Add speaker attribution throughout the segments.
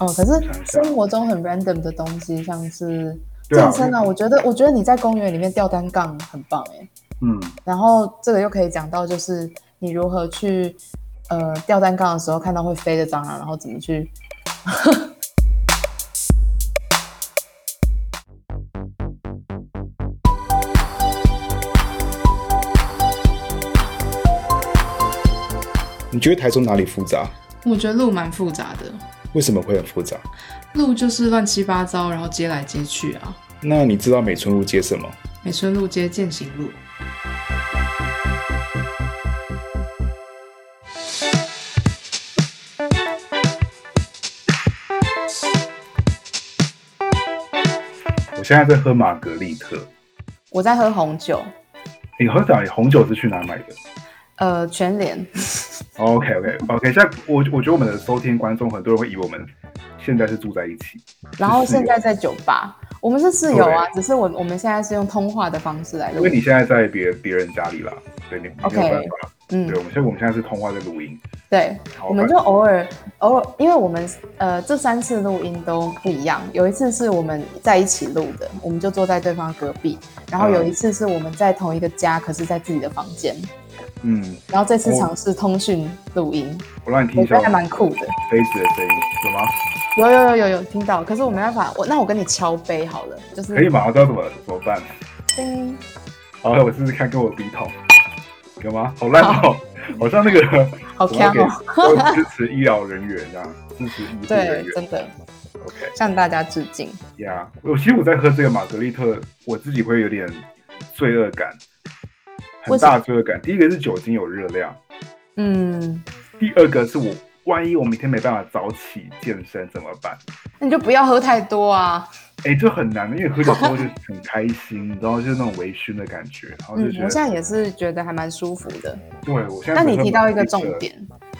Speaker 1: 哦，可是
Speaker 2: 想一下
Speaker 1: 生活中很 random 的东西，像是
Speaker 2: 对啊
Speaker 1: 健身啊，我觉得我觉得你在公园里面吊单杠很棒哎、
Speaker 2: 嗯，
Speaker 1: 然后这个又可以讲到就是你如何去呃吊单杠的时候看到会飞的蟑螂，然后怎么去。
Speaker 2: 你觉得台中哪里复杂？
Speaker 3: 我觉得路蛮复杂的，
Speaker 2: 为什么会很复杂？
Speaker 3: 路就是乱七八糟，然后接来接去啊。
Speaker 2: 那你知道美村路接什么？
Speaker 3: 美村路接践行路，
Speaker 2: 我现在在喝玛格丽特。
Speaker 1: 我在喝红酒，
Speaker 2: 你喝早红酒是去哪买的
Speaker 1: 呃，全脸
Speaker 2: ？OK OK OK，现在我我觉得我们的收听观众很多人会以为我们现在是住在一起。
Speaker 1: 然后现在在酒吧，我们是室友啊，
Speaker 2: 对
Speaker 1: 只是我我们现在是用通话的方式来
Speaker 2: 因
Speaker 1: 录
Speaker 2: 为，你现在在别别人家里啦，对你你没有
Speaker 1: OK
Speaker 2: 办法。
Speaker 1: 嗯
Speaker 2: 对，，我们现在我们现在是通话在录音，
Speaker 1: 对，
Speaker 2: 好
Speaker 1: 我们就偶尔偶尔，因为我们呃这三次录音都不一样，有一次是我们在一起录的，我们就坐在对方隔壁，然后有一次是我们在同一个家，可是在自己的房间，
Speaker 2: 嗯，
Speaker 1: 然后这次
Speaker 2: 哦
Speaker 1: 尝试通讯录音，
Speaker 2: 我让你听
Speaker 1: 我
Speaker 2: 一
Speaker 1: 觉
Speaker 2: 下
Speaker 1: 得还蛮酷的。
Speaker 2: 杯子的声音，有吗？
Speaker 1: 有有有有有听到，可是我没办法，我那我跟你敲杯好了，就
Speaker 2: 可以
Speaker 1: 是
Speaker 2: 吗？我知道怎么怎么办？
Speaker 1: 叮，
Speaker 2: 好，我试试看，跟我笔筒，有吗？好烂哦，好像那个
Speaker 1: 好
Speaker 2: 我要
Speaker 1: 强
Speaker 2: 给
Speaker 1: 哦，
Speaker 2: 我要支持医疗人员这样，支持医护人
Speaker 1: 对，
Speaker 2: 员。
Speaker 1: 真的
Speaker 2: OK，
Speaker 1: 向大家致敬。
Speaker 2: 呀、我其实我在喝这个玛格丽特，我自己会有点罪恶感，很
Speaker 1: 为什么
Speaker 2: 大的罪恶感。第一个是酒精有热量，
Speaker 1: 嗯，
Speaker 2: 第二个是我万一我明天没办法早起健身怎么办？
Speaker 1: 那你就不要喝太多啊，
Speaker 2: 哎，就很难，因为喝酒之后就很开心，你知道，就是那种微醺的感觉，然后
Speaker 1: 嗯
Speaker 2: 就，觉
Speaker 1: 我
Speaker 2: 得，
Speaker 1: 现在也是觉得还蛮舒服的。
Speaker 2: 对我现
Speaker 1: 那
Speaker 2: 在。
Speaker 1: 你提到一个重，点，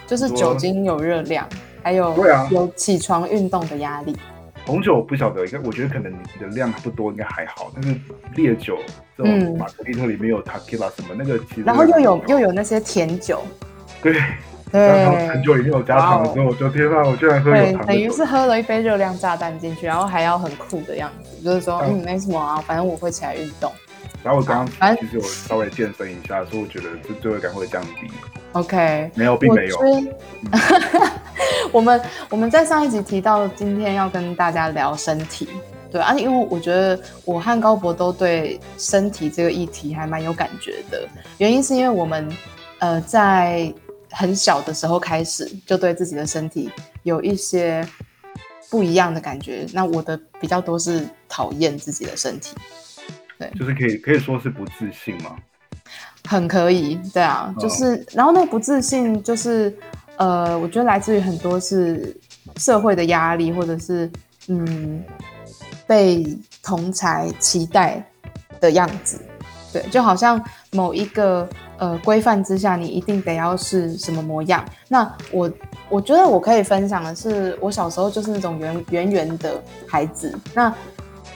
Speaker 1: 就是
Speaker 2: 说
Speaker 1: 酒精有热量，还有
Speaker 2: 对啊
Speaker 1: 有起床运动的压力。
Speaker 2: 红酒我不晓得，应该我觉得可能你的量不多，应该还好，但是烈酒这种
Speaker 1: 嗯
Speaker 2: 玛格丽特里面有 tequila 什么那个，其实
Speaker 1: 然后又有又
Speaker 2: 有
Speaker 1: 有那些甜酒，
Speaker 2: 对。加糖
Speaker 1: 对
Speaker 2: 很，久里面有加糖的时候，我就天呐，我居然喝有
Speaker 1: 对
Speaker 2: 糖，的
Speaker 1: 等于
Speaker 2: 酒
Speaker 1: 是。喝了一杯热量炸弹进去，然后还要很酷的样子，就是说
Speaker 2: 嗯
Speaker 1: 嗯没什么啊，反正我会起来运动。
Speaker 2: 然后我刚
Speaker 1: 啊反
Speaker 2: 刚
Speaker 1: 正
Speaker 2: 其实有稍微健身一下，所以我觉得这罪恶感会降低。
Speaker 1: OK，
Speaker 2: 没有，并
Speaker 1: 我
Speaker 2: 没
Speaker 1: 觉
Speaker 2: 有。嗯
Speaker 1: 得 我们我们在上一集提到，今天要跟大家聊身体，对啊，因为我觉得我和高博都对身体这个议题还蛮有感觉的，原因是因为我们呃在很小的时候开始就对自己的身体有一些不一样的感觉，那我的比较多是讨厌自己的身体，
Speaker 2: 就是可以可以说是不自信嘛。
Speaker 1: 很可以，对啊，
Speaker 2: 嗯
Speaker 1: 就是，然后那个不自信，就是，呃，我觉得来自于很多是社会的压力，或者是嗯，被同才期待的样子，对，就好像某一个呃规范之下，你一定得要是什么模样。那我我觉得我可以分享的是，我小时候就是那种圆圆圆的孩子，那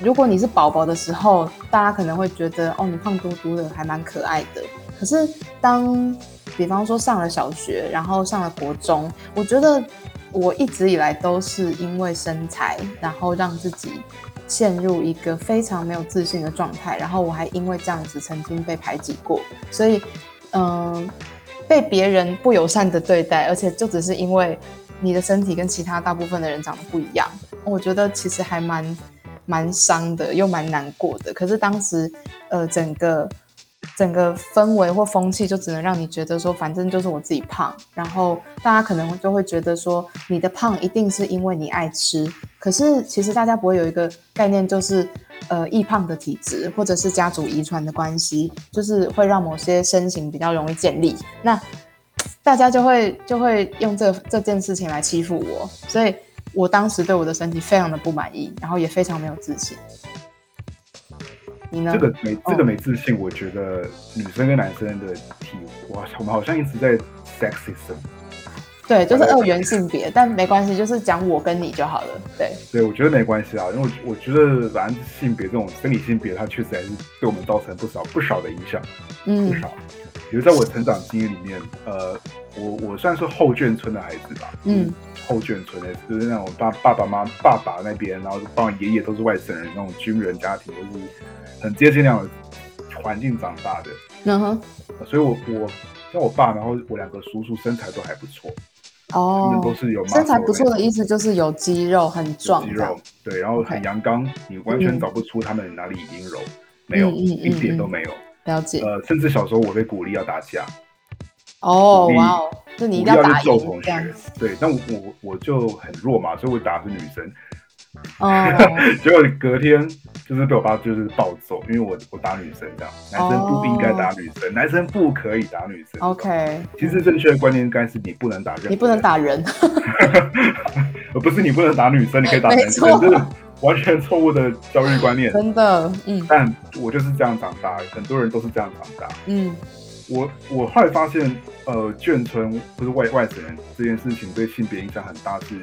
Speaker 1: 如果你是宝宝的时候，大家可能会觉得哦，你胖嘟嘟的还蛮可爱的。可是当比方说上了小学，然后上了国中，我觉得我一直以来都是因为身材，然后让自己陷入一个非常没有自信的状态，然后我还因为这样子曾经被排挤过，所以嗯、被别人不友善的对待，而且就只是因为你的身体跟其他大部分的人长得不一样，我觉得其实还蛮蛮伤的，又蛮难过的。可是当时，呃，整个整个氛围或风气就只能让你觉得说，反正就是我自己胖，然后大家可能就会觉得说，你的胖一定是因为你爱吃。可是其实大家不会有一个概念，就是呃易胖的体质，或者是家族遗传的关系，就是会让某些身形比较容易建立。那大家就会就会用这这件事情来欺负我，所以我当时对我的身体非常的不满意，然后也非常没有自信。你呢？
Speaker 2: 这个没这个
Speaker 1: 嗯
Speaker 2: 没自信，我觉得女生跟男生的体，哇，我们好像一直在 sexism。
Speaker 1: 对，就是二元性别，但没关系，就是讲我跟你就好了。对，
Speaker 2: 对，我觉得没关系啊，因为我我觉得反正性别这种生理性别，它确实还是对我们造成不少不少的影响。
Speaker 1: 嗯
Speaker 2: 不少。比如在我成长经历里面，呃，我我算是后眷村的孩子吧，
Speaker 1: 嗯，
Speaker 2: 后眷村的，就是那种爸爸爸妈爸爸那边，然后帮爷爷都是外省人那种军人家庭，都是很接近那种环境长大的。
Speaker 1: 嗯哼，
Speaker 2: 所以我我像我爸，然后我两个叔叔身材都还不错，他们都
Speaker 1: 哦，
Speaker 2: 是有
Speaker 1: 身材
Speaker 2: muscle
Speaker 1: 不错
Speaker 2: 那
Speaker 1: 的意思就是有肌肉，很
Speaker 2: 种
Speaker 1: 壮
Speaker 2: 肌
Speaker 1: 这样
Speaker 2: 肉，，对，然后
Speaker 1: OK
Speaker 2: 很阳刚，你完全
Speaker 1: 嗯
Speaker 2: 找不出他们哪里阴柔，没有
Speaker 1: 嗯嗯
Speaker 2: 一点
Speaker 1: 嗯
Speaker 2: 都
Speaker 1: 嗯
Speaker 2: 没有。
Speaker 1: 了解。
Speaker 2: 呃，甚至小时候我被鼓励要打架，
Speaker 1: 哦
Speaker 2: 鼓，励
Speaker 1: 哇哦，就你一
Speaker 2: 我
Speaker 1: 定要
Speaker 2: 要
Speaker 1: 打
Speaker 2: 去揍
Speaker 1: 赢
Speaker 2: 同
Speaker 1: 这样
Speaker 2: 学。，对，但我我我就很弱嘛，所以我打的是女生。
Speaker 1: 哦，
Speaker 2: 结果隔天就是被我爸就是暴揍，因为我我打女生这样，男生不应该打
Speaker 1: 哦
Speaker 2: 女生，男生不可以打女生。
Speaker 1: OK，
Speaker 2: 其实正确的观念应该是你不能打任何
Speaker 1: 哦
Speaker 2: 人，呃
Speaker 1: 你不能，打人，
Speaker 2: 不是你不能打女生，你可以打
Speaker 1: 没
Speaker 2: 男生，
Speaker 1: 错
Speaker 2: 这是完全错误的教育 观念。
Speaker 1: 真的，嗯
Speaker 2: 但我就是这样长大，很多人都是这样长大。
Speaker 1: 嗯，
Speaker 2: 我我后来发现，呃，眷村不是外外省人这件事情对性别影响很大是，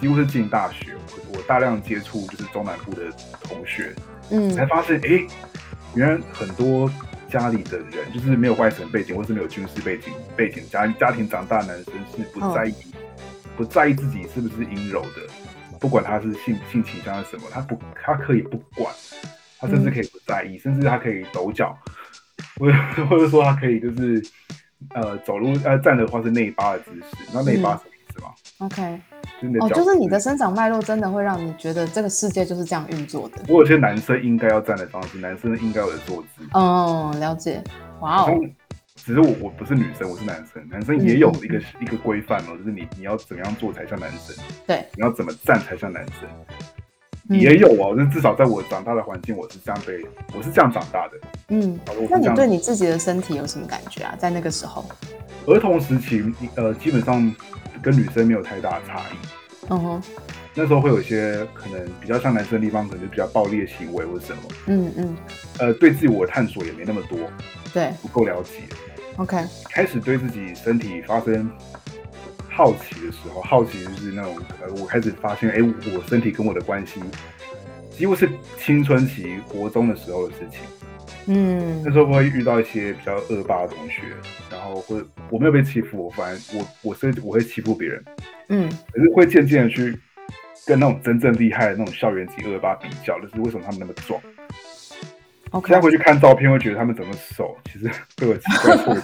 Speaker 2: 几乎是进大学，我我大量接触就是中南部的同学，才
Speaker 1: 嗯
Speaker 2: 发现，诶，原来很多家里的人就是没有外省背景或是没有军事背景背景家家庭长大的男生是不在意、
Speaker 1: 嗯
Speaker 2: 不在意自己是不是阴柔的，不管他是性性倾向是什么，他不他可以不管，他甚至
Speaker 1: 嗯
Speaker 2: 可以不在意，甚至他可以抖脚，或者或者说他可以就是呃走路呃站着的话是内八的姿势，你知道内八什么意思吗？
Speaker 1: ，OK，
Speaker 2: 就是你的
Speaker 1: 嗯哦，
Speaker 2: 脚
Speaker 1: 就是你的生长脉络真的会让你觉得这个世界就是这样运作的。
Speaker 2: 我有些男生应该要站的方式，男生应该有的坐姿，
Speaker 1: 哦，了解，哇
Speaker 2: 然
Speaker 1: 哦
Speaker 2: 后，只是我我不是女生，我是男生，男生
Speaker 1: 嗯
Speaker 2: 也有一个、一个规范哦，就是你你要怎么样做才像男生，
Speaker 1: 对，
Speaker 2: 你要怎么站才像男生，
Speaker 1: 嗯
Speaker 2: 也有哦，就是至少在我长大的环境，我是这样被我是这样长大的。
Speaker 1: 嗯，
Speaker 2: 好的我
Speaker 1: 那
Speaker 2: 是
Speaker 1: 你
Speaker 2: 这样
Speaker 1: 对你自己的身体有什么感觉啊？在那个时候，
Speaker 2: 儿童时期，呃，基本上跟女生没有太大的差异。
Speaker 1: 嗯哼，
Speaker 2: 那时候会有一些可能比较像男生的地方，可能就比较暴力的行为或者什么，
Speaker 1: 嗯嗯，
Speaker 2: 呃，对自我探索也没那么多，
Speaker 1: 对
Speaker 2: 不够了解。
Speaker 1: ，OK，
Speaker 2: 开始对自己身体发生好奇的时候，好奇就是那种呃，我开始发现，哎、我身体跟我的关系几乎是青春期、国中的时候的事情。那
Speaker 1: 嗯
Speaker 2: 时候会遇到一些比较恶霸的同学，然后会我没有被欺负，我反而我我是我会欺负别人，
Speaker 1: 嗯，
Speaker 2: 可是会渐渐的去跟那种真正厉害的那种校园级恶霸比较，就是为什么他们那么壮。
Speaker 1: ，OK，
Speaker 2: 现在回去看照片，会觉得他们怎么瘦，其实会有奇怪错觉。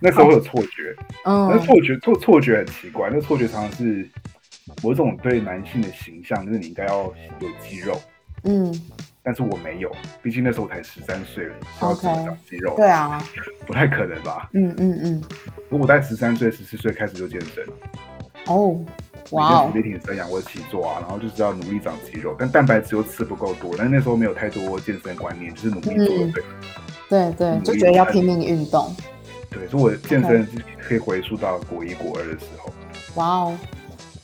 Speaker 2: 那时候会有错觉，那
Speaker 1: 嗯
Speaker 2: 错觉错错觉很奇怪，那错觉常常是某种对男性的形象，就是你应该要有肌肉，
Speaker 1: 嗯，
Speaker 2: 但是我没有，毕竟那时候才十三岁，需要
Speaker 1: OK
Speaker 2: 怎么长肌肉
Speaker 1: 对啊，
Speaker 2: 不太可能吧？
Speaker 1: 嗯嗯嗯，
Speaker 2: 如果我在十三岁、十四岁开始就健身，
Speaker 1: 哦，哇哦
Speaker 2: 每，天挺身养或者起坐啊，然后就是要努力长肌肉，但蛋白质又吃不够多，但那时候没有太多健身观念，就是努力做就
Speaker 1: 嗯
Speaker 2: 对了。
Speaker 1: 对对，就觉得要拼命运动，
Speaker 2: 对，所以我健身可以回溯到国一、国二的时候。
Speaker 1: 哇哦，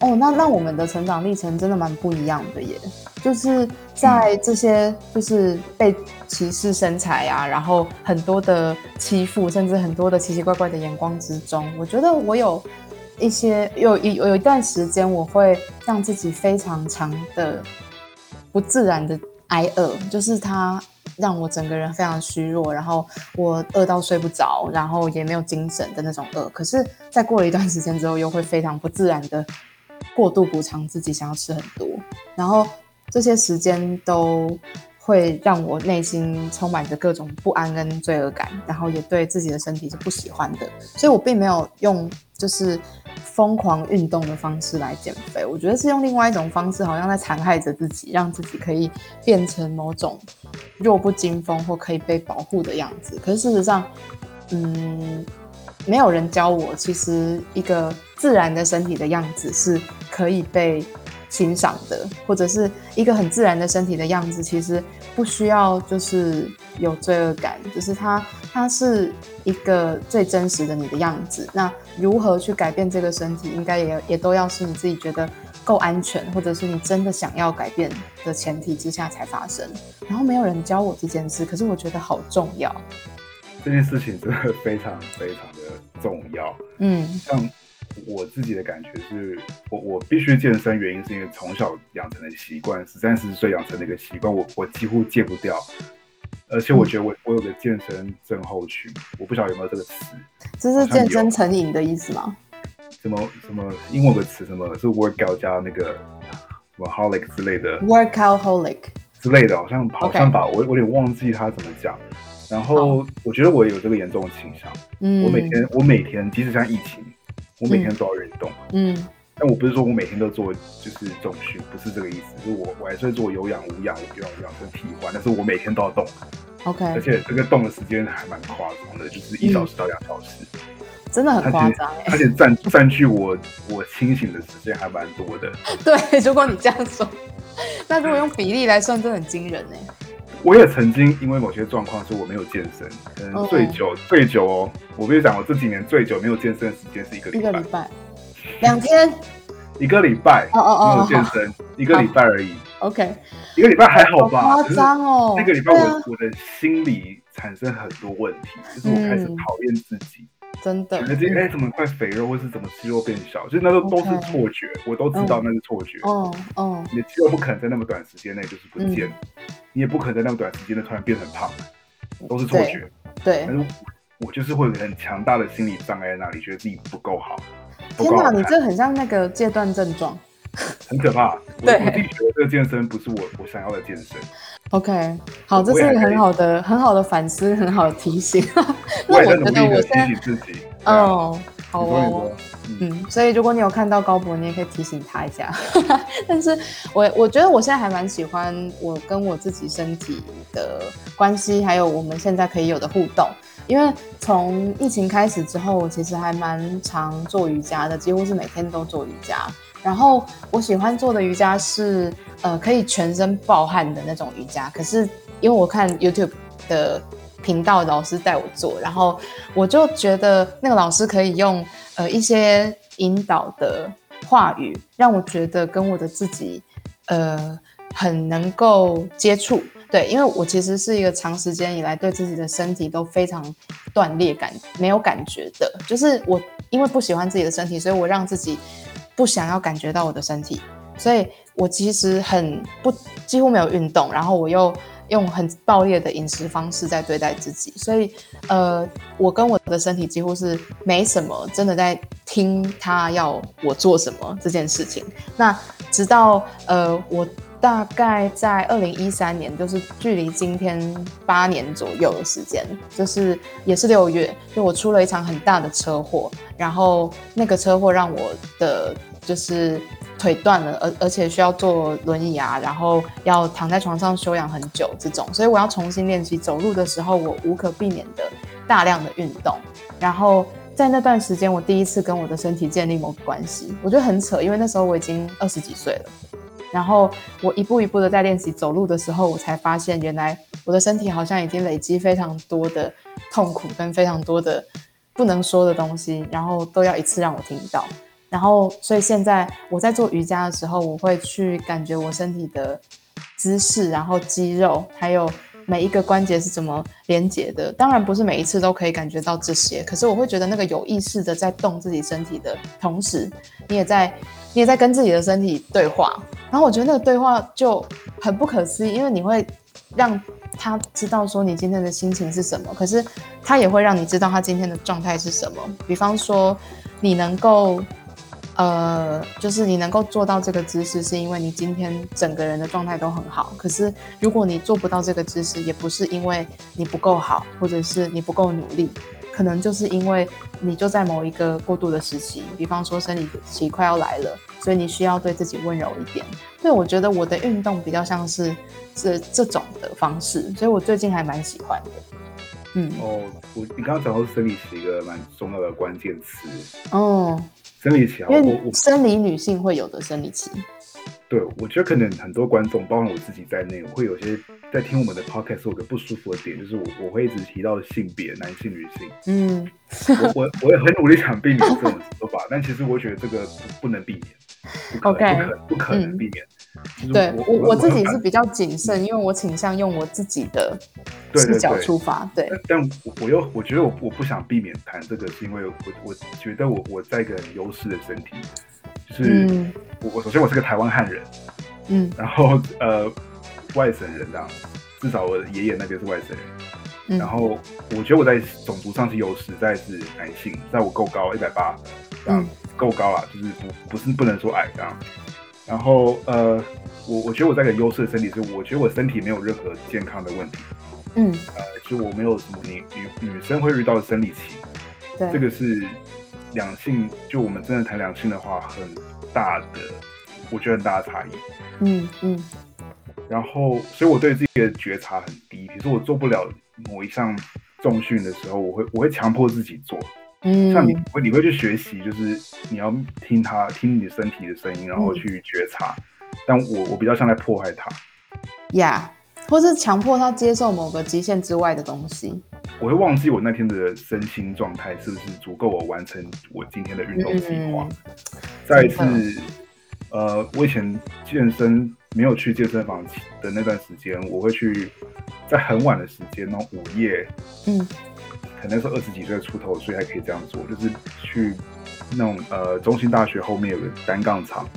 Speaker 1: 哦，那那我们的成长历程真的蛮不一样的耶，就是在这些就是被歧视身材啊，然后很多的欺负，甚至很多的奇奇怪怪的眼光之中，我觉得我有一些有有有一段时间，我会让自己非常长的不自然的挨饿，就是它让我整个人非常虚弱，然后我饿到睡不着，然后也没有精神的那种饿。可是，在过了一段时间之后，又会非常不自然的过度补偿自己，想要吃很多，然后这些时间都会让我内心充满着各种不安跟罪恶感，然后也对自己的身体是不喜欢的，所以我并没有用就是疯狂运动的方式来减肥，我觉得是用另外一种方式，好像在残害着自己，让自己可以变成某种弱不禁风或可以被保护的样子。可是事实上，嗯，没有人教我，其实一个自然的身体的样子是可以被欣赏的，或者是一个很自然的身体的样子，其实不需要就是有罪恶感，就是它它是一个最真实的你的样子。那如何去改变这个身体，应该也也都要是你自己觉得够安全，或者是你真的想要改变的前提之下才发生。然后没有人教我这件事，可是我觉得好重要。
Speaker 2: 这件事情真的非常非常的重要。
Speaker 1: 嗯
Speaker 2: 像我自己的感觉是，我我必须健身，原因是因为从小养成的习惯，十三十岁养成的一个习惯，我我几乎戒不掉。而且我
Speaker 1: 嗯
Speaker 2: 觉得我我有个健身症候群，我不晓得有没有这个词，
Speaker 1: 这是健身成瘾的意思吗？
Speaker 2: 什么什么英文有个词，什么是 workout 加那个什么 holic 之类的
Speaker 1: workaholic，
Speaker 2: 之类的，好像好
Speaker 1: OK
Speaker 2: 像吧，我我有点忘记他怎么讲。然后我觉得我有这个严重的倾向，
Speaker 1: 嗯，
Speaker 2: 我每天我每天即使像疫情，我每天都要运动。
Speaker 1: 嗯
Speaker 2: 但我不是说我每天都做就是重训，不是这个意思，就是我我还是会做有氧、无氧、有氧、无氧跟替换，但是我每天都要动，
Speaker 1: 嗯
Speaker 2: 而
Speaker 1: OK，
Speaker 2: 且这个动的时间还蛮夸张的，就是一小时到两小时，
Speaker 1: 真的很夸张哎、
Speaker 2: 而且占占据我我清醒的时间还蛮多的。
Speaker 1: 对，如果你这样说，那如果用比例来算，真的很惊人哎、
Speaker 2: 我也曾经因为某些状况说我没有健身，可能最久、最久哦，我必须讲，我这几年最久没有健身的时间是一个
Speaker 1: 一
Speaker 2: 礼
Speaker 1: 个
Speaker 2: 拜
Speaker 1: 礼，拜，两天，
Speaker 2: 一个礼拜
Speaker 1: 哦哦
Speaker 2: 没有
Speaker 1: 哦
Speaker 2: 健身，一个礼拜而已，
Speaker 1: 好，OK，
Speaker 2: 一个礼拜还好
Speaker 1: 好
Speaker 2: 吧？
Speaker 1: 夸
Speaker 2: 就是
Speaker 1: 张哦，
Speaker 2: 那个礼拜我、
Speaker 1: 对啊
Speaker 2: 我的心理产生很多问题，就是我开
Speaker 1: 嗯
Speaker 2: 始讨厌自己，
Speaker 1: 真的
Speaker 2: 觉得自己哎、怎么块肥肉，或是怎么肌肉变小，就是那都都是错觉，我都知道那是错觉。
Speaker 1: 哦哦，
Speaker 2: 你的肌肉不可能在那么短时间内就是不见，
Speaker 1: 嗯
Speaker 2: 你也不可能在那么短时间内突然变很胖，都是错觉。
Speaker 1: 对
Speaker 2: 但，是我我就是会有很强大的心理障碍在那里，觉得自己不够好，不
Speaker 1: 天
Speaker 2: 够
Speaker 1: 哪，
Speaker 2: 好
Speaker 1: 你
Speaker 2: 看，
Speaker 1: 这很像那个戒断症状
Speaker 2: 很可怕。我
Speaker 1: 对
Speaker 2: 我自己觉得这个健身不是我我想要的健身，
Speaker 1: ，OK，好，这
Speaker 2: 我
Speaker 1: 是
Speaker 2: 也
Speaker 1: 一个
Speaker 2: 还可以
Speaker 1: 很好的、很好的反思，很好的提 醒。那
Speaker 2: 我也
Speaker 1: 我
Speaker 2: 在努
Speaker 1: 觉得
Speaker 2: 力
Speaker 1: 我
Speaker 2: 的
Speaker 1: 现
Speaker 2: 提
Speaker 1: 在
Speaker 2: 醒自己。对啊，
Speaker 1: 哦，好
Speaker 2: 你说你
Speaker 1: 哦
Speaker 2: 说。，嗯
Speaker 1: 嗯，所以如果你有看到高博，你也可以提醒他一下。 但是我我觉得我现在还蛮喜欢我跟我自己身体的关系，还有我们现在可以有的互动。因为从疫情开始之后，我其实还蛮常做瑜伽的，几乎是每天都做瑜伽。然后我喜欢做的瑜伽是呃可以全身暴汗的那种瑜伽，可是因为我看 YouTube 的频道老师带我做，然后我就觉得那个老师可以用呃一些引导的话语，让我觉得跟我的自己呃很能够接触。对，因为我其实是一个长时间以来对自己的身体都非常断裂感没有感觉的，就是我因为不喜欢自己的身体，所以我让自己不想要感觉到我的身体，所以我其实很不几乎没有运动，然后我又用很暴烈的饮食方式在对待自己，所以呃，我跟我的身体几乎是没什么真的在听他要我做什么这件事情。那直到呃，我大概在二零一三年，就是距离今天八年左右的时间，就是也是六月，就我出了一场很大的车祸，然后那个车祸让我的就是腿断了，而而且需要坐轮椅啊，然后要躺在床上休养很久这种，所以我要重新练习走路的时候，我无可避免的大量的运动，然后在那段时间，我第一次跟我的身体建立某个关系，我觉得很扯，因为那时候我已经二十几岁了。然后我一步一步的在练习走路的时候，我才发现原来我的身体好像已经累积非常多的痛苦跟非常多的不能说的东西，然后都要一次让我听到。然后，所以现在我在做瑜伽的时候，我会去感觉我身体的姿势，然后肌肉，还有每一个关节是怎么连接的。当然，不是每一次都可以感觉到这些，可是我会觉得那个有意识的在动自己身体的同时，你也在你也在跟自己的身体对话。然后我觉得那个对话就很不可思议，因为你会让他知道说你今天的心情是什么，可是他也会让你知道他今天的状态是什么。比方说，你能够。呃，就是你能够做到这个姿势，是因为你今天整个人的状态都很好。可是如果你做不到这个姿势，也不是因为你不够好，或者是你不够努力，可能就是因为你就在某一个过渡的时期，比方说生理期快要来了，所以你需要对自己温柔一点。对我觉得我的运动比较像是这这种的方式，所以我最近还蛮喜欢的。嗯，
Speaker 2: 哦，我你刚刚讲到生理期一个蛮重要的关键词，
Speaker 1: 哦，
Speaker 2: 生理期啊，
Speaker 1: 因
Speaker 2: 我
Speaker 1: 为
Speaker 2: 我
Speaker 1: 生理女性会有的生理期，
Speaker 2: 对我觉得可能很多观众，包括我自己在内，我会有些在听我们的 podcast 有个不舒服的点，就是我我会一直提到性别，男性、女性，
Speaker 1: 嗯，
Speaker 2: 我我我也很努力想避免这 种说法，但其实我觉得这个不不能避免，不可
Speaker 1: OK 嗯
Speaker 2: 不可不可能避免。就是
Speaker 1: 对
Speaker 2: 嗯我
Speaker 1: 我我自己
Speaker 2: 很
Speaker 1: 是比较谨慎，因为我倾向用我自己的
Speaker 2: 对对
Speaker 1: 视角
Speaker 2: 对
Speaker 1: 出发。对，
Speaker 2: 但但我我又我觉得我我不想避免谈这个，是因为我我觉得我我在一个很优势的身体，就是、
Speaker 1: 嗯
Speaker 2: 我我首先我是个台湾汉人，
Speaker 1: 嗯
Speaker 2: 然后呃外省人这样，至少我爷爷那边是外省人。
Speaker 1: 嗯
Speaker 2: 然后我觉得我在种族上是优势，再来是男性，在我够高一百八这样，
Speaker 1: 嗯
Speaker 2: 够高啦，就是不不是不能说矮这样。然后呃，我我觉得我在个优势的身体是，我觉得我身体没有任何健康的问题，
Speaker 1: 嗯，
Speaker 2: 呃，就我没有什么女女女生会遇到的生理期，
Speaker 1: 对，
Speaker 2: 这个是两性，就我们真的谈两性的话，很大的，我觉得很大的差异。
Speaker 1: 嗯嗯
Speaker 2: 然后，所以我对自己的觉察很低。比如说，我做不了某一项重训的时候，我会我会强迫自己做。像你
Speaker 1: 嗯，
Speaker 2: 会你会去学习，就是你要听它，听你的身体的声音，然后
Speaker 1: 嗯
Speaker 2: 去觉察。但我我比较像在迫害它，
Speaker 1: 呀或是强迫他接受某个极限之外的东西，
Speaker 2: 我会忘记我那天的身心状态是不是足够我完成我今天的运动计
Speaker 1: 嗯，
Speaker 2: 划。再一次，呃，我以前健身没有去健身房的那段时间，我会去在很晚的时间，然后午夜，
Speaker 1: 嗯，
Speaker 2: 可能是二十几岁出头，所以还可以这样做，就是去那种呃中心大学后面有个单杠场，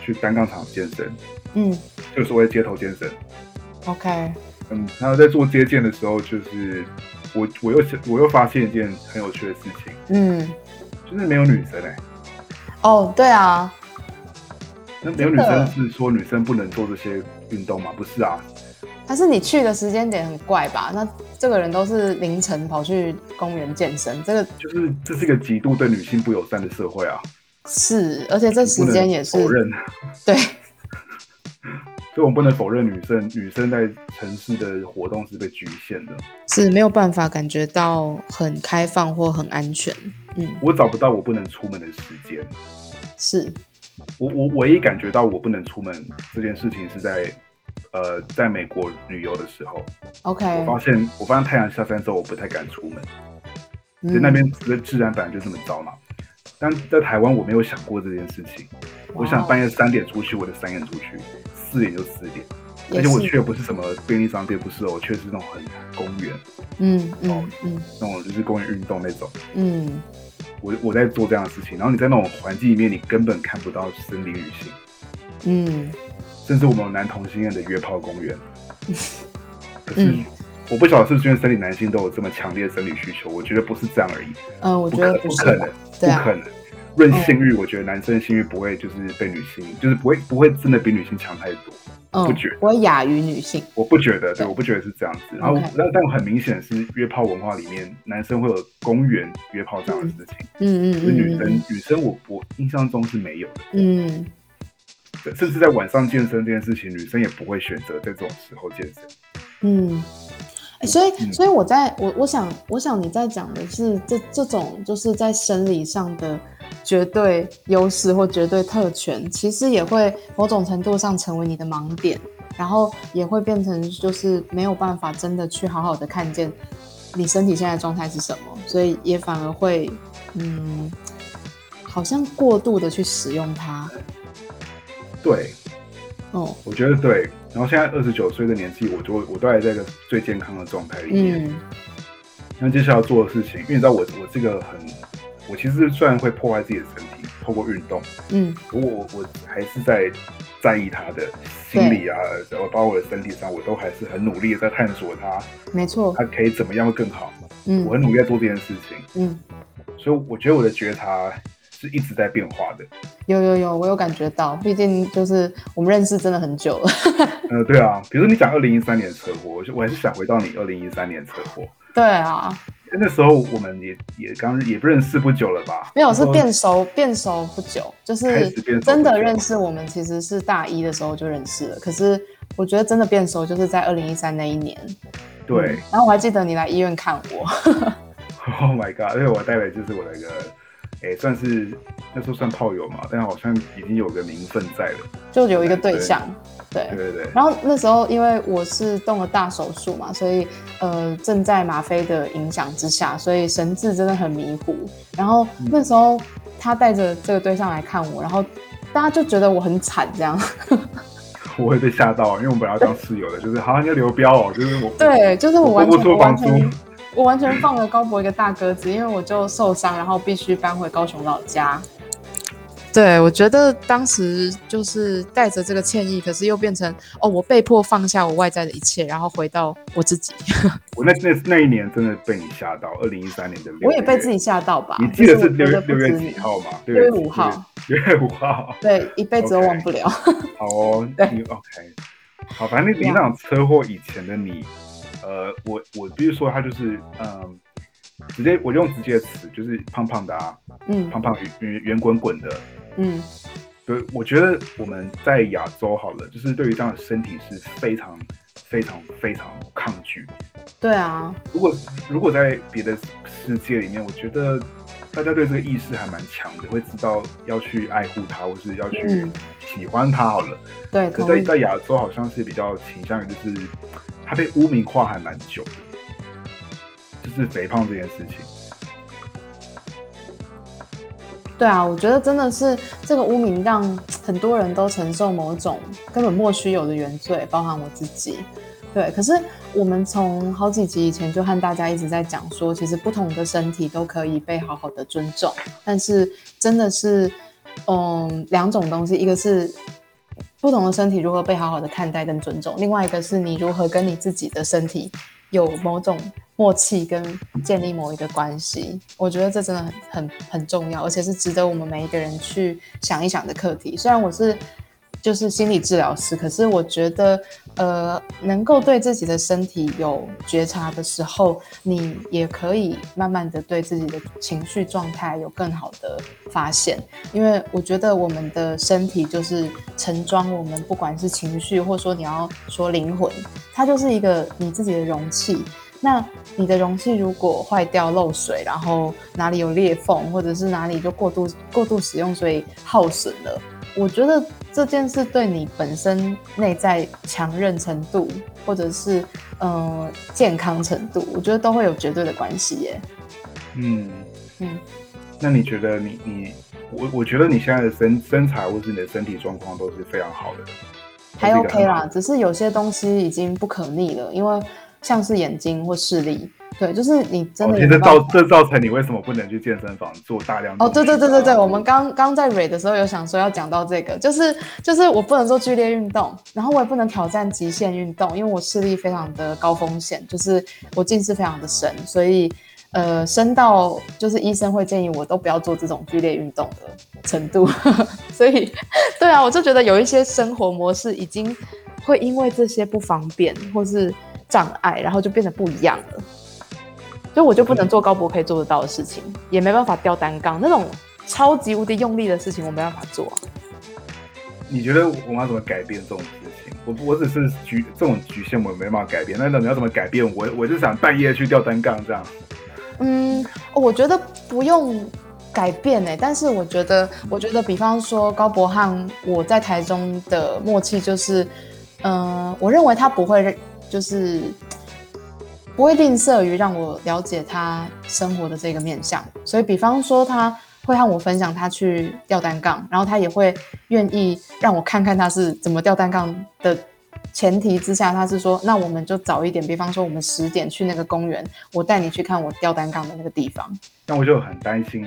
Speaker 2: 去单杠场健身，
Speaker 1: 嗯
Speaker 2: 就是所谓街头健身。
Speaker 1: ，OK，
Speaker 2: 嗯，然后在做接健的时候，就是我我又想我又发现一件很有趣的事情，
Speaker 1: 嗯，
Speaker 2: 就是没有女生哎、
Speaker 1: 哦，对啊，
Speaker 2: 那没有女
Speaker 1: 真的
Speaker 2: 生是说女生不能做这些运动吗？不是啊，
Speaker 1: 但是你去的时间点很怪吧？那这个人都是凌晨跑去公园健身，这个
Speaker 2: 就是这是一个极度对女性不友善的社会啊，
Speaker 1: 是，而且这时间也
Speaker 2: 不能否
Speaker 1: 是
Speaker 2: 认，
Speaker 1: 对，
Speaker 2: 所以我们不能否认女生女生在城市的活动是被局限的。
Speaker 1: 是没有办法感觉到很开放或很安全。嗯，
Speaker 2: 我找不到我不能出门的时间，
Speaker 1: 是，
Speaker 2: 我我唯一感觉到我不能出门这件事情是在。呃，在美国旅游的时候，我
Speaker 1: OK，
Speaker 2: 发现我发现太阳下山之后，我不太敢出门，
Speaker 1: 嗯
Speaker 2: 因为那边的治安本来就这么糟嘛。但在台湾，我没有想过这件事情。我想
Speaker 1: 哦
Speaker 2: 半夜三点出去，我就三点出去，四点就四点。而
Speaker 1: 也
Speaker 2: 且
Speaker 1: 是，
Speaker 2: 我去的不是什么便利商店，不是哦，我去的是那种很公园，
Speaker 1: 嗯
Speaker 2: 哦
Speaker 1: 嗯嗯
Speaker 2: 那种就是公园运动那种。
Speaker 1: 嗯，
Speaker 2: 我我在做这样的事情，然后你在那种环境里面，你根本看不到生理女性，
Speaker 1: 嗯，
Speaker 2: 甚至我们有男同性恋的约炮公园。可是
Speaker 1: 嗯
Speaker 2: 我不晓得是不是因为生理男性都有这么强烈的生理需求，我觉得不是这样而已，
Speaker 1: 呃，我
Speaker 2: 不
Speaker 1: 觉
Speaker 2: 可
Speaker 1: 得
Speaker 2: 不
Speaker 1: 是
Speaker 2: 可
Speaker 1: 吧
Speaker 2: 能，，
Speaker 1: 对
Speaker 2: 不
Speaker 1: 啊，
Speaker 2: 可能。论性欲，我觉得男生的性欲不会就是被女性，就是不会不会真的比女性强太多。
Speaker 1: 嗯，
Speaker 2: 不觉得
Speaker 1: 我亚于女性，
Speaker 2: 我不觉得，对，
Speaker 1: 对
Speaker 2: 我不觉得是这样子。然后
Speaker 1: OK，
Speaker 2: 但但很明显是约炮文化里面，男生会有公园约炮这样的事情，
Speaker 1: 嗯嗯
Speaker 2: 可是女
Speaker 1: 嗯
Speaker 2: 生、
Speaker 1: 嗯
Speaker 2: 女生我我印象中是没有的
Speaker 1: 嗯，
Speaker 2: 对，甚至在晚上健身这件事情，女生也不会选择在这种时候健身。
Speaker 1: 嗯，欸所以，
Speaker 2: 嗯
Speaker 1: 所以我在我我想，我想你在讲的是这这种就是在生理上的绝对优势或绝对特权，其实也会某种程度上成为你的盲点，然后也会变成就是没有办法真的去好好的看见你身体现在的状态是什么，所以也反而会嗯，好像过度的去使用它，
Speaker 2: 对，
Speaker 1: 哦，
Speaker 2: 我觉得对。然后现在二十九岁的年纪，我就我都还在一个最健康的状态里面。
Speaker 1: 嗯
Speaker 2: 那接下来要做的事情，因为你知道我我这个很，我其实虽然会破坏自己的身体，透过运动，
Speaker 1: 嗯
Speaker 2: 我我我还是在在意他的心理啊，然后包括我的身体上，我都还是很努力的在探索他，
Speaker 1: 没错，
Speaker 2: 他可以怎么样会更好。
Speaker 1: 嗯
Speaker 2: 我很努力在做这件事情，
Speaker 1: 嗯，
Speaker 2: 所以我觉得我的觉察是一直在变化的。
Speaker 1: 有有有，我有感觉到，毕竟就是我们认识真的很久了。
Speaker 2: 呃，对啊，比如说你讲二零一三年车祸，我就我还是想回到你二零一三年车祸，
Speaker 1: 对啊，
Speaker 2: 因为那时候我们也也刚也不认识不久了吧？
Speaker 1: 没有是
Speaker 2: 那时候
Speaker 1: 变熟，变熟不久，就
Speaker 2: 开
Speaker 1: 是
Speaker 2: 始变熟不久
Speaker 1: 真的认识我们其实是大一的时候就认识了，可是我觉得真的变熟就是在二零一三那一年。
Speaker 2: 对
Speaker 1: 嗯，然后我还记得你来医院看我，
Speaker 2: ，Oh my god！因为我代表就是我的一个，诶，算是那时候算炮友嘛，但好像已经有个名分在了。
Speaker 1: 就有一个对象，对。
Speaker 2: 对对对。
Speaker 1: 然后那时候因为我是动了大手术嘛，所以呃正在吗啡的影响之下，所以神志真的很迷糊。然后那时候他带着这个对象来看我，然后大家就觉得我很惨这 样。
Speaker 2: 我会被吓到，因为我们本来要当室友的，就是好像要流标哦，就是我
Speaker 1: 对，就是我完
Speaker 2: 我
Speaker 1: 全
Speaker 2: 付
Speaker 1: 我
Speaker 2: 出房
Speaker 1: 完
Speaker 2: 租
Speaker 1: 全我完全放了高博一个大鸽子，因为我就受伤，然后必须搬回高雄老家。对，我觉得当时就是带着这个歉意，可是又变成哦，我被迫放下我外在的一切，然后回到我自己。
Speaker 2: 我那那那一年真的被你吓到，二零一三年的六月，
Speaker 1: 我也被自己吓到吧？
Speaker 2: 你记得
Speaker 1: 就是我
Speaker 2: 六
Speaker 1: 觉得
Speaker 2: 月
Speaker 1: 不
Speaker 2: 六月
Speaker 1: 止你
Speaker 2: 几号吗？
Speaker 1: 六月
Speaker 2: 几
Speaker 1: 五号，
Speaker 2: 六月五号。
Speaker 1: 对，一辈子都
Speaker 2: OK
Speaker 1: 忘不了。
Speaker 2: 好哦，
Speaker 1: 对
Speaker 2: 你 OK。好，反正你
Speaker 1: 一
Speaker 2: 那
Speaker 1: 样
Speaker 2: 场车祸以前的你，呃，我我必须说，他就是嗯，直接我用直接的词，就是胖胖的啊，
Speaker 1: 嗯
Speaker 2: 胖胖圆圆圆滚滚的。
Speaker 1: 嗯，
Speaker 2: 对，我觉得我们在亚洲好了，就是对于这样的身体是非常非常非常抗拒。
Speaker 1: 对啊，
Speaker 2: 如果如果在别的世界里面，我觉得大家对这个意识还蛮强的，会知道要去爱护它，或是要去
Speaker 1: 嗯
Speaker 2: 喜欢它好了。
Speaker 1: 对，
Speaker 2: 可
Speaker 1: 同
Speaker 2: 在
Speaker 1: 意。
Speaker 2: 在亚洲好像是比较倾向于就是它被污名化还蛮久的，就是肥胖这件事情。
Speaker 1: 对啊，我觉得真的是这个污名让很多人都承受某种根本莫须有的原罪，包含我自己。对，可是我们从好几集以前就和大家一直在讲说，其实不同的身体都可以被好好的尊重，但是真的是，嗯，两种东西，一个是不同的身体如何被好好的看待跟尊重，另外一个是你如何跟你自己的身体有某种默契跟建立某一个关系，我觉得这真的很很很重要，而且是值得我们每一个人去想一想的课题。虽然我是就是心理治疗师，可是我觉得呃，能够对自己的身体有觉察的时候，你也可以慢慢的对自己的情绪状态有更好的发现。因为我觉得我们的身体就是盛装我们不管是情绪，或者说你要说灵魂，它就是一个你自己的容器。那你的容器如果坏掉、漏水，然后哪里有裂缝，或者是哪里就过度过度使用，所以耗损了，我觉得这件事对你本身内在强韧程度，或者是呃健康程度，我觉得都会有绝对的关系耶。
Speaker 2: 嗯
Speaker 1: 嗯，
Speaker 2: 那你觉得你你我我觉得你现在的身身材或是你的身体状况都是非常好的，
Speaker 1: 还
Speaker 2: 都是一个
Speaker 1: OK
Speaker 2: 很好
Speaker 1: 啦，
Speaker 2: 的。
Speaker 1: 只是有些东西已经不可逆了，因为像是眼睛或视力，对，就是你真
Speaker 2: 我
Speaker 1: 的
Speaker 2: 觉
Speaker 1: 有没
Speaker 2: 得这
Speaker 1: 有办
Speaker 2: 哦造
Speaker 1: 法
Speaker 2: 这造成你为什么不能去健身房做大量
Speaker 1: 哦，对对对对对，
Speaker 2: 动
Speaker 1: 我们刚刚在蕊的时候有想说要讲到这个，就是就是我不能做剧烈运动，然后我也不能挑战极限运动，因为我视力非常的高风险，就是我近视非常的深，所以呃深到就是医生会建议我都不要做这种剧烈运动的程度， 所以对啊，我就觉得有一些生活模式已经会因为这些不方便或是障碍，然后就变得不一样了。所以我就不能做高博可以做得到的事情，也没办法吊单杠那种超级无敌用力的事情，我没办法做啊、
Speaker 2: 你觉得我们要怎么改变这种事情？我我只是局这种局限我没办法改变，那你要怎么改变？我我就想半夜去吊单杠这样。
Speaker 1: 嗯，我觉得不用改变哎、但是我觉得，我觉得，比方说高博翰，我在台中的默契就是，嗯、我认为他不会，就是不会吝啬于让我了解他生活的这个面向，所以比方说他。会和我分享他去吊单杠，然后他也会愿意让我看看他是怎么吊单杠的前提之下，他是说，那我们就早一点，比方说我们十点去那个公园，我带你去看我吊单杠的那个地方。
Speaker 2: 那我就很担心，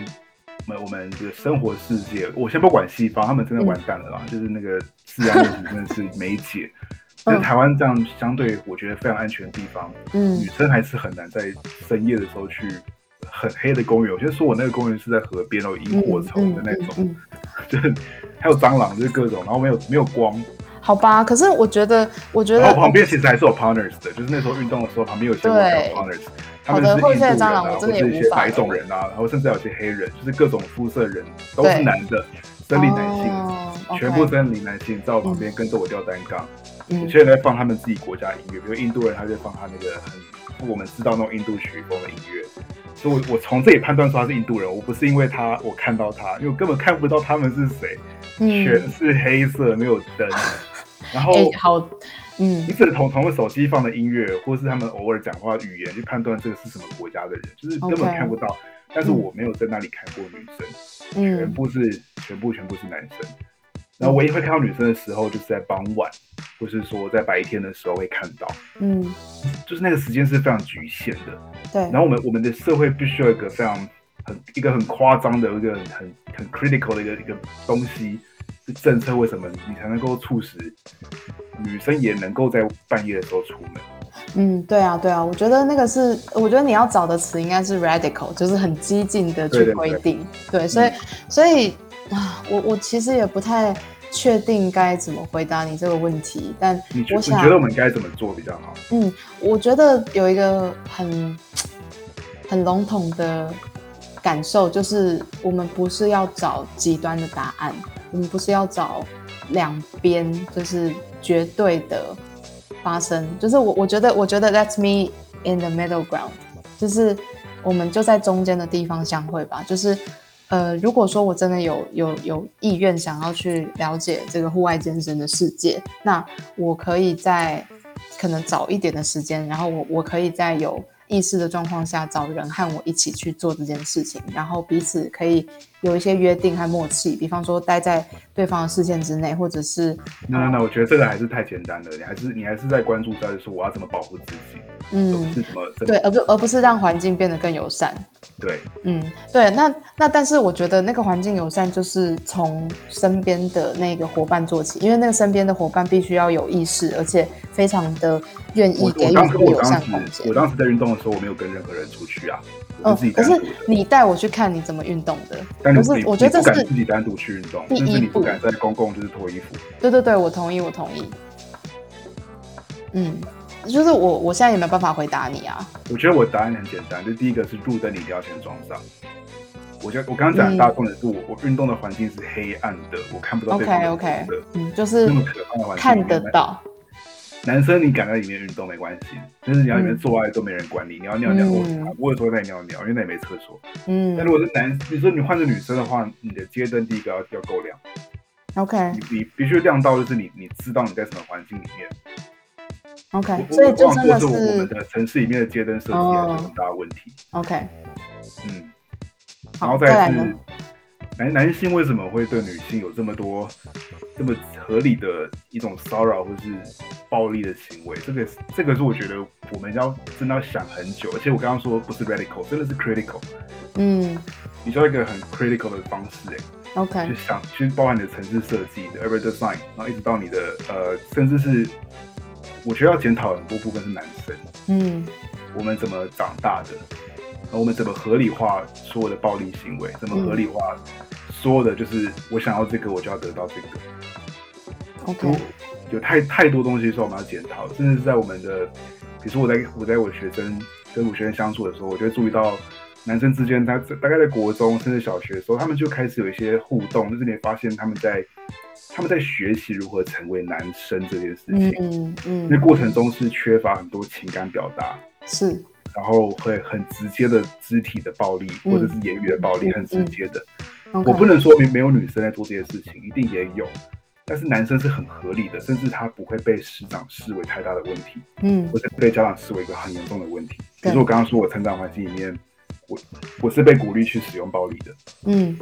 Speaker 2: 我们我们的生活世界，我先不管西方，他们真的完蛋了啦，就是那个治安问题真的是没 解。
Speaker 1: 嗯
Speaker 2: 就是台湾这样相对我觉得非常安全的地方，
Speaker 1: 嗯
Speaker 2: 女生还是很难在深夜的时候去很黑的公园。我先说我那个公园是在河边哦，萤火虫的那种，
Speaker 1: 嗯嗯
Speaker 2: 就是还有蟑螂，就是各种，然后没有没有光，
Speaker 1: 好吧。可是我觉得，我觉
Speaker 2: 然
Speaker 1: 得哦
Speaker 2: 后旁边其实还是有 partners 的，就是那时候运动的时候，旁边有些我看
Speaker 1: 对
Speaker 2: 到 partners，他
Speaker 1: 好的
Speaker 2: 们是印度
Speaker 1: 会飞的
Speaker 2: 人
Speaker 1: 蟑
Speaker 2: 啊，
Speaker 1: 螂我
Speaker 2: 或
Speaker 1: 真
Speaker 2: 者
Speaker 1: 的也
Speaker 2: 是一
Speaker 1: 无
Speaker 2: 些
Speaker 1: 法
Speaker 2: 白种人啊，然后甚至还有一些黑人，就是各种肤色人都是
Speaker 1: 对
Speaker 2: 男的，生理男性，
Speaker 1: 哦
Speaker 2: 全部
Speaker 1: OK
Speaker 2: 生理男性在我旁边跟着我吊单杠。有
Speaker 1: 嗯
Speaker 2: 些人在放他们自己国家音乐，比如印度人，他就放他那个很我们知道那种印度曲风的音乐。所以我，我从这里判断出他是印度人，我不是因为他我看到他，因为我根本看不到他们是谁，全
Speaker 1: 嗯，
Speaker 2: 是黑色，没有灯。然后，
Speaker 1: 哎、好，嗯
Speaker 2: 你只能从从他们手机放的音乐，或是他们偶尔讲话语言去判断这个是什么国家的人，就是根本
Speaker 1: OK
Speaker 2: 看不到。但是我没有在那里看过女生，全
Speaker 1: 嗯
Speaker 2: 部是全部全部是男生。然后唯一会看到女生的时候，就是在傍晚，或是说在白天的时候会看到，
Speaker 1: 嗯，
Speaker 2: 就是那个时间是非常局限的。
Speaker 1: 对
Speaker 2: 然，后我们我们的社会必须有一个非常很一个很夸张的一个很很 critical 的一个一个东西，是政策为什么你才能够促使女生也能够在半夜的时候出门？
Speaker 1: 嗯，对啊，对啊，我觉得那个是，我觉得你要找的词应该是 radical，就是很激进的
Speaker 2: 对
Speaker 1: 去
Speaker 2: 对嗯
Speaker 1: 规定。对，所以、所以啊，我我其实也不太确定该怎么回答你这个问题，但
Speaker 2: 你觉
Speaker 1: 我
Speaker 2: 你
Speaker 1: 想
Speaker 2: 觉得我们该怎么做比较好？
Speaker 1: 嗯，我觉得有一个很很笼统的感受，就是我们不是要找极端的答案，我们不是要找两边就是绝对的发生，就是我我觉得我觉得 that's me in the middle ground，就是我们就在中间的地方相会吧，就是。呃，如果说我真的有有有意愿想要去了解这个户外健身的世界，那我可以在可能早一点的时间，然后我我可以在有意识的状况下找人和我一起去做这件事情，然后彼此可以有一些约定和默契，比方说待在对方的视线之内，或者是
Speaker 2: 那那那，我觉得这个还是太简单了，你还是你还是在关注在说我要怎么保护自己，而不
Speaker 1: 嗯，
Speaker 2: 是怎么怎么
Speaker 1: 对，而不而不是让环境变得更友善。
Speaker 2: 对
Speaker 1: 嗯，对，那那但是我觉得那个环境友善就是从身边的那个伙伴做起，因为那个身边的伙伴必须要有意识，而且非常的愿
Speaker 2: 我
Speaker 1: 意给
Speaker 2: 我
Speaker 1: 予
Speaker 2: 当
Speaker 1: 这
Speaker 2: 时
Speaker 1: 个
Speaker 2: 我
Speaker 1: 友善
Speaker 2: 当
Speaker 1: 空
Speaker 2: 时
Speaker 1: 间
Speaker 2: 我。当时在运动的时候，我没有跟任何人出去啊，我
Speaker 1: 嗯，
Speaker 2: 是自己
Speaker 1: 可
Speaker 2: 单
Speaker 1: 是
Speaker 2: 独的。
Speaker 1: 你带我去看你怎么运动的，
Speaker 2: 但
Speaker 1: 不
Speaker 2: 你
Speaker 1: 是
Speaker 2: 你
Speaker 1: 我觉得
Speaker 2: 你
Speaker 1: 这
Speaker 2: 不
Speaker 1: 是
Speaker 2: 敢自己单独去运动，
Speaker 1: 第
Speaker 2: 甚至
Speaker 1: 一
Speaker 2: 你不
Speaker 1: 步
Speaker 2: 敢在公共就是脱衣服。
Speaker 1: 对对对，我同意，我同意。嗯，就是我我现在也没有办法回答你啊。
Speaker 2: 我觉得我答案很简单，就第一个是路灯你一定要先装上。我觉得我刚刚
Speaker 1: 嗯
Speaker 2: 讲的大众的是我、我运动的环境是黑暗的，我看不到对方
Speaker 1: OK
Speaker 2: 的
Speaker 1: OK，
Speaker 2: 的
Speaker 1: 嗯，就是
Speaker 2: 那么可怕的环境
Speaker 1: 看得。到，
Speaker 2: 男生你敢在里面运动没关系，但是你要里面
Speaker 1: 嗯
Speaker 2: 做爱都没人管你，你要尿尿我
Speaker 1: 嗯
Speaker 2: 我有时候在尿尿，因为那里没厕所。但如
Speaker 1: 嗯
Speaker 2: 果是男，你说你换成女生的话，你的街灯第一个要要够亮，
Speaker 1: ，OK
Speaker 2: 你你必须亮到就是你你知道你在什么环境里面。
Speaker 1: OK，
Speaker 2: 我
Speaker 1: 所以
Speaker 2: 我
Speaker 1: 就
Speaker 2: 忘
Speaker 1: 真
Speaker 2: 过
Speaker 1: 的
Speaker 2: 是我们
Speaker 1: 是哦
Speaker 2: 的城市里面的街灯设计还是很大的问题。
Speaker 1: OK，
Speaker 2: 嗯，然
Speaker 1: 好，
Speaker 2: 后
Speaker 1: 再
Speaker 2: 再
Speaker 1: 来
Speaker 2: 来
Speaker 1: 呢
Speaker 2: 是？男男性为什么会对女性有这么多这么合理的一种骚扰或是暴力的行为？这个这个是我觉得我们要真的要想很久，而且我刚刚说不是 radical，真的是 critical，
Speaker 1: 嗯
Speaker 2: 你需要一个很 critical 的方式、欸，去
Speaker 1: ，OK，
Speaker 2: 想去包含你的城市设计、你的 urban design，然后一直到你的呃，甚至是我觉得要检讨很多部分是男生，
Speaker 1: 嗯
Speaker 2: 我们怎么长大的，然后我们怎么合理化所有的暴力行为，怎么合理化所有的就是我想要这个，我就要得到这个。
Speaker 1: ，OK，
Speaker 2: 有太太多东西是我们要检讨，甚至是在我们的，比如说我在我在我学生跟我学生相处的时候，我就会注意到男生之间，他大概在国中甚至小学的时候，他们就开始有一些互动，就是你会发现他们在他们在学习如何成为男生这件事
Speaker 1: 嗯
Speaker 2: 情，
Speaker 1: 嗯
Speaker 2: 那
Speaker 1: 嗯，
Speaker 2: 过程中是缺乏很多情感表达，
Speaker 1: 是，
Speaker 2: 然后会很直接的肢体的暴力
Speaker 1: 嗯
Speaker 2: 或者是言语的暴力，
Speaker 1: 嗯
Speaker 2: 很直接的。
Speaker 1: OK，
Speaker 2: 我不能说没没有女生在做这些事情，一定也有，但是男生是很合理的，甚至他不会被师长视为太大的问题，
Speaker 1: 嗯
Speaker 2: 或者被家长视为一个很严重的问题。比
Speaker 1: 对
Speaker 2: 如说我刚刚说我成长环境里面，我我是被鼓励去使用暴力的，
Speaker 1: 嗯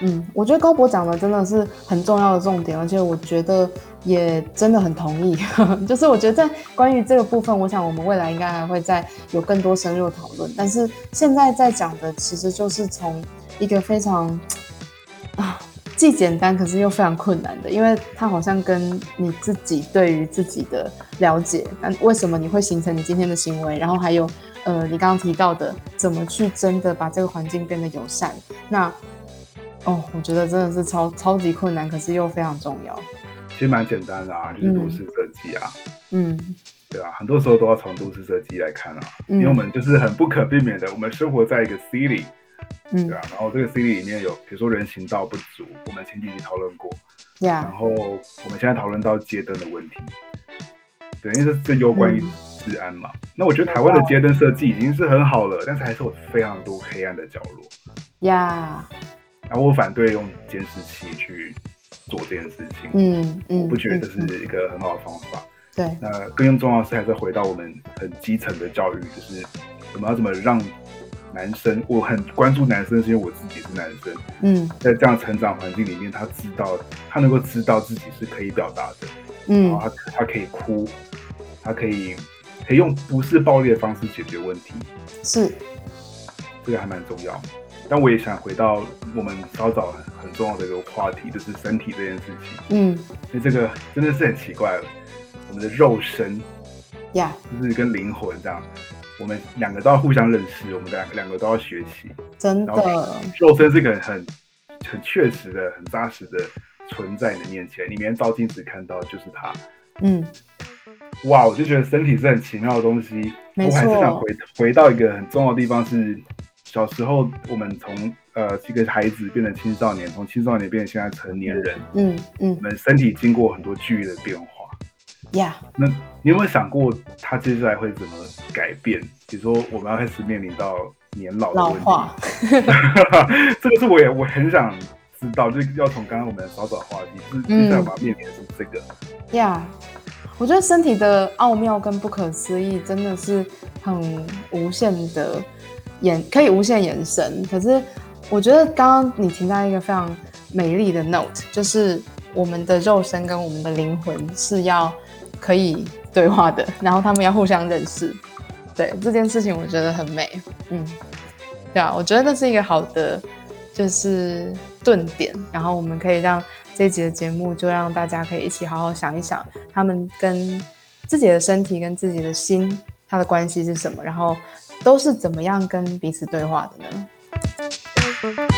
Speaker 1: 嗯，我觉得高博讲的真的是很重要的重点，而且我觉得也真的很同意。 就是我觉得在关于这个部分，我想我们未来应该还会再有更多深入的讨论。但是现在在讲的，其实就是从一个非常啊既简单，可是又非常困难的，因为它好像跟你自己对于自己的了解，那为什么你会形成你今天的行为，然后还有呃你刚刚提到的怎么去真的把这个环境变得友善，那哦，我觉得真的是超超级困难，可是又非常重要。
Speaker 2: 其实蛮简单的啊，就是都市设计啊，
Speaker 1: 嗯
Speaker 2: 对啊，很多时候都要从都市设计来看啊，因为我
Speaker 1: 嗯
Speaker 2: 们就是很不可避免的，我们生活在一个 city。对
Speaker 1: 嗯
Speaker 2: 啊，然后这个 CD 里面有，比如说人行道不足，我们前几集讨论过，然
Speaker 1: 呀，
Speaker 2: 后我们现在讨论到街灯的问题，对，因为这这攸关于
Speaker 1: 嗯
Speaker 2: 治安嘛。那我觉得台湾的街灯设计已经是很好了，但是还是有非常多黑暗的角落。
Speaker 1: 呀，
Speaker 2: 然后我反对用监视器去做这件事情，
Speaker 1: 嗯嗯，
Speaker 2: 我不觉得这
Speaker 1: 嗯嗯
Speaker 2: 是一个很好的方法。
Speaker 1: 对，
Speaker 2: 那更重要的是，还是回到我们很基层的教育，就是我们要怎么让男生，我很关注男生，是因为我自己是男生。
Speaker 1: 嗯
Speaker 2: 在这样成长环境里面，他知道他能够知道自己是可以表达的，
Speaker 1: 嗯
Speaker 2: 然后他他可以哭，他可以可以用不是暴力的方式解决问题，
Speaker 1: 是
Speaker 2: 这个还蛮重要。但我也想回到我们稍早很重要的一个话题，就是身体这件事情。
Speaker 1: 嗯
Speaker 2: 所以这个真的是很奇怪，我们的肉身
Speaker 1: 呀
Speaker 2: 就是跟灵魂这样，我们两个都要互相认识，我们两两个都要学习。
Speaker 1: 真
Speaker 2: 然后
Speaker 1: 的，
Speaker 2: 肉身是个很很确实的、很扎实的存在你的面前，你每天照镜子看到就是它。
Speaker 1: 嗯，
Speaker 2: 哇，我就觉得身体是很奇妙的东西。
Speaker 1: 没
Speaker 2: 我还是
Speaker 1: 错
Speaker 2: 想回回到一个很重要的地方是，小时候我们从呃一个孩子变成青少年，从青少年变成现在成年人，
Speaker 1: 嗯
Speaker 2: 我
Speaker 1: 嗯
Speaker 2: 们身体经过很多剧烈的变化。
Speaker 1: 呀
Speaker 2: 那你有没有想过，它接下来会怎么改变？比如说，我们要开始面临到年老的
Speaker 1: 老
Speaker 2: 问题，
Speaker 1: 化
Speaker 2: 这个是我也我很想知道，就是要从刚刚我们稍早的话题，就是
Speaker 1: 嗯
Speaker 2: 接下来我们要面临的是这个。
Speaker 1: 呀我觉得身体的奥妙跟不可思议真的是很无限的延，可以无限延伸。可是我觉得刚刚你提到一个非常美丽的 note，就是我们的肉身跟我们的灵魂是要可以对话的，然后他们要互相认识。对这件事情，我觉得很美。嗯，对啊，我觉得那是一个好的，就是顿点，然后我们可以让这集的节目就让大家可以一起好好想一想，他们跟自己的身体跟自己的心，它的关系是什么，然后都是怎么样跟彼此对话的呢？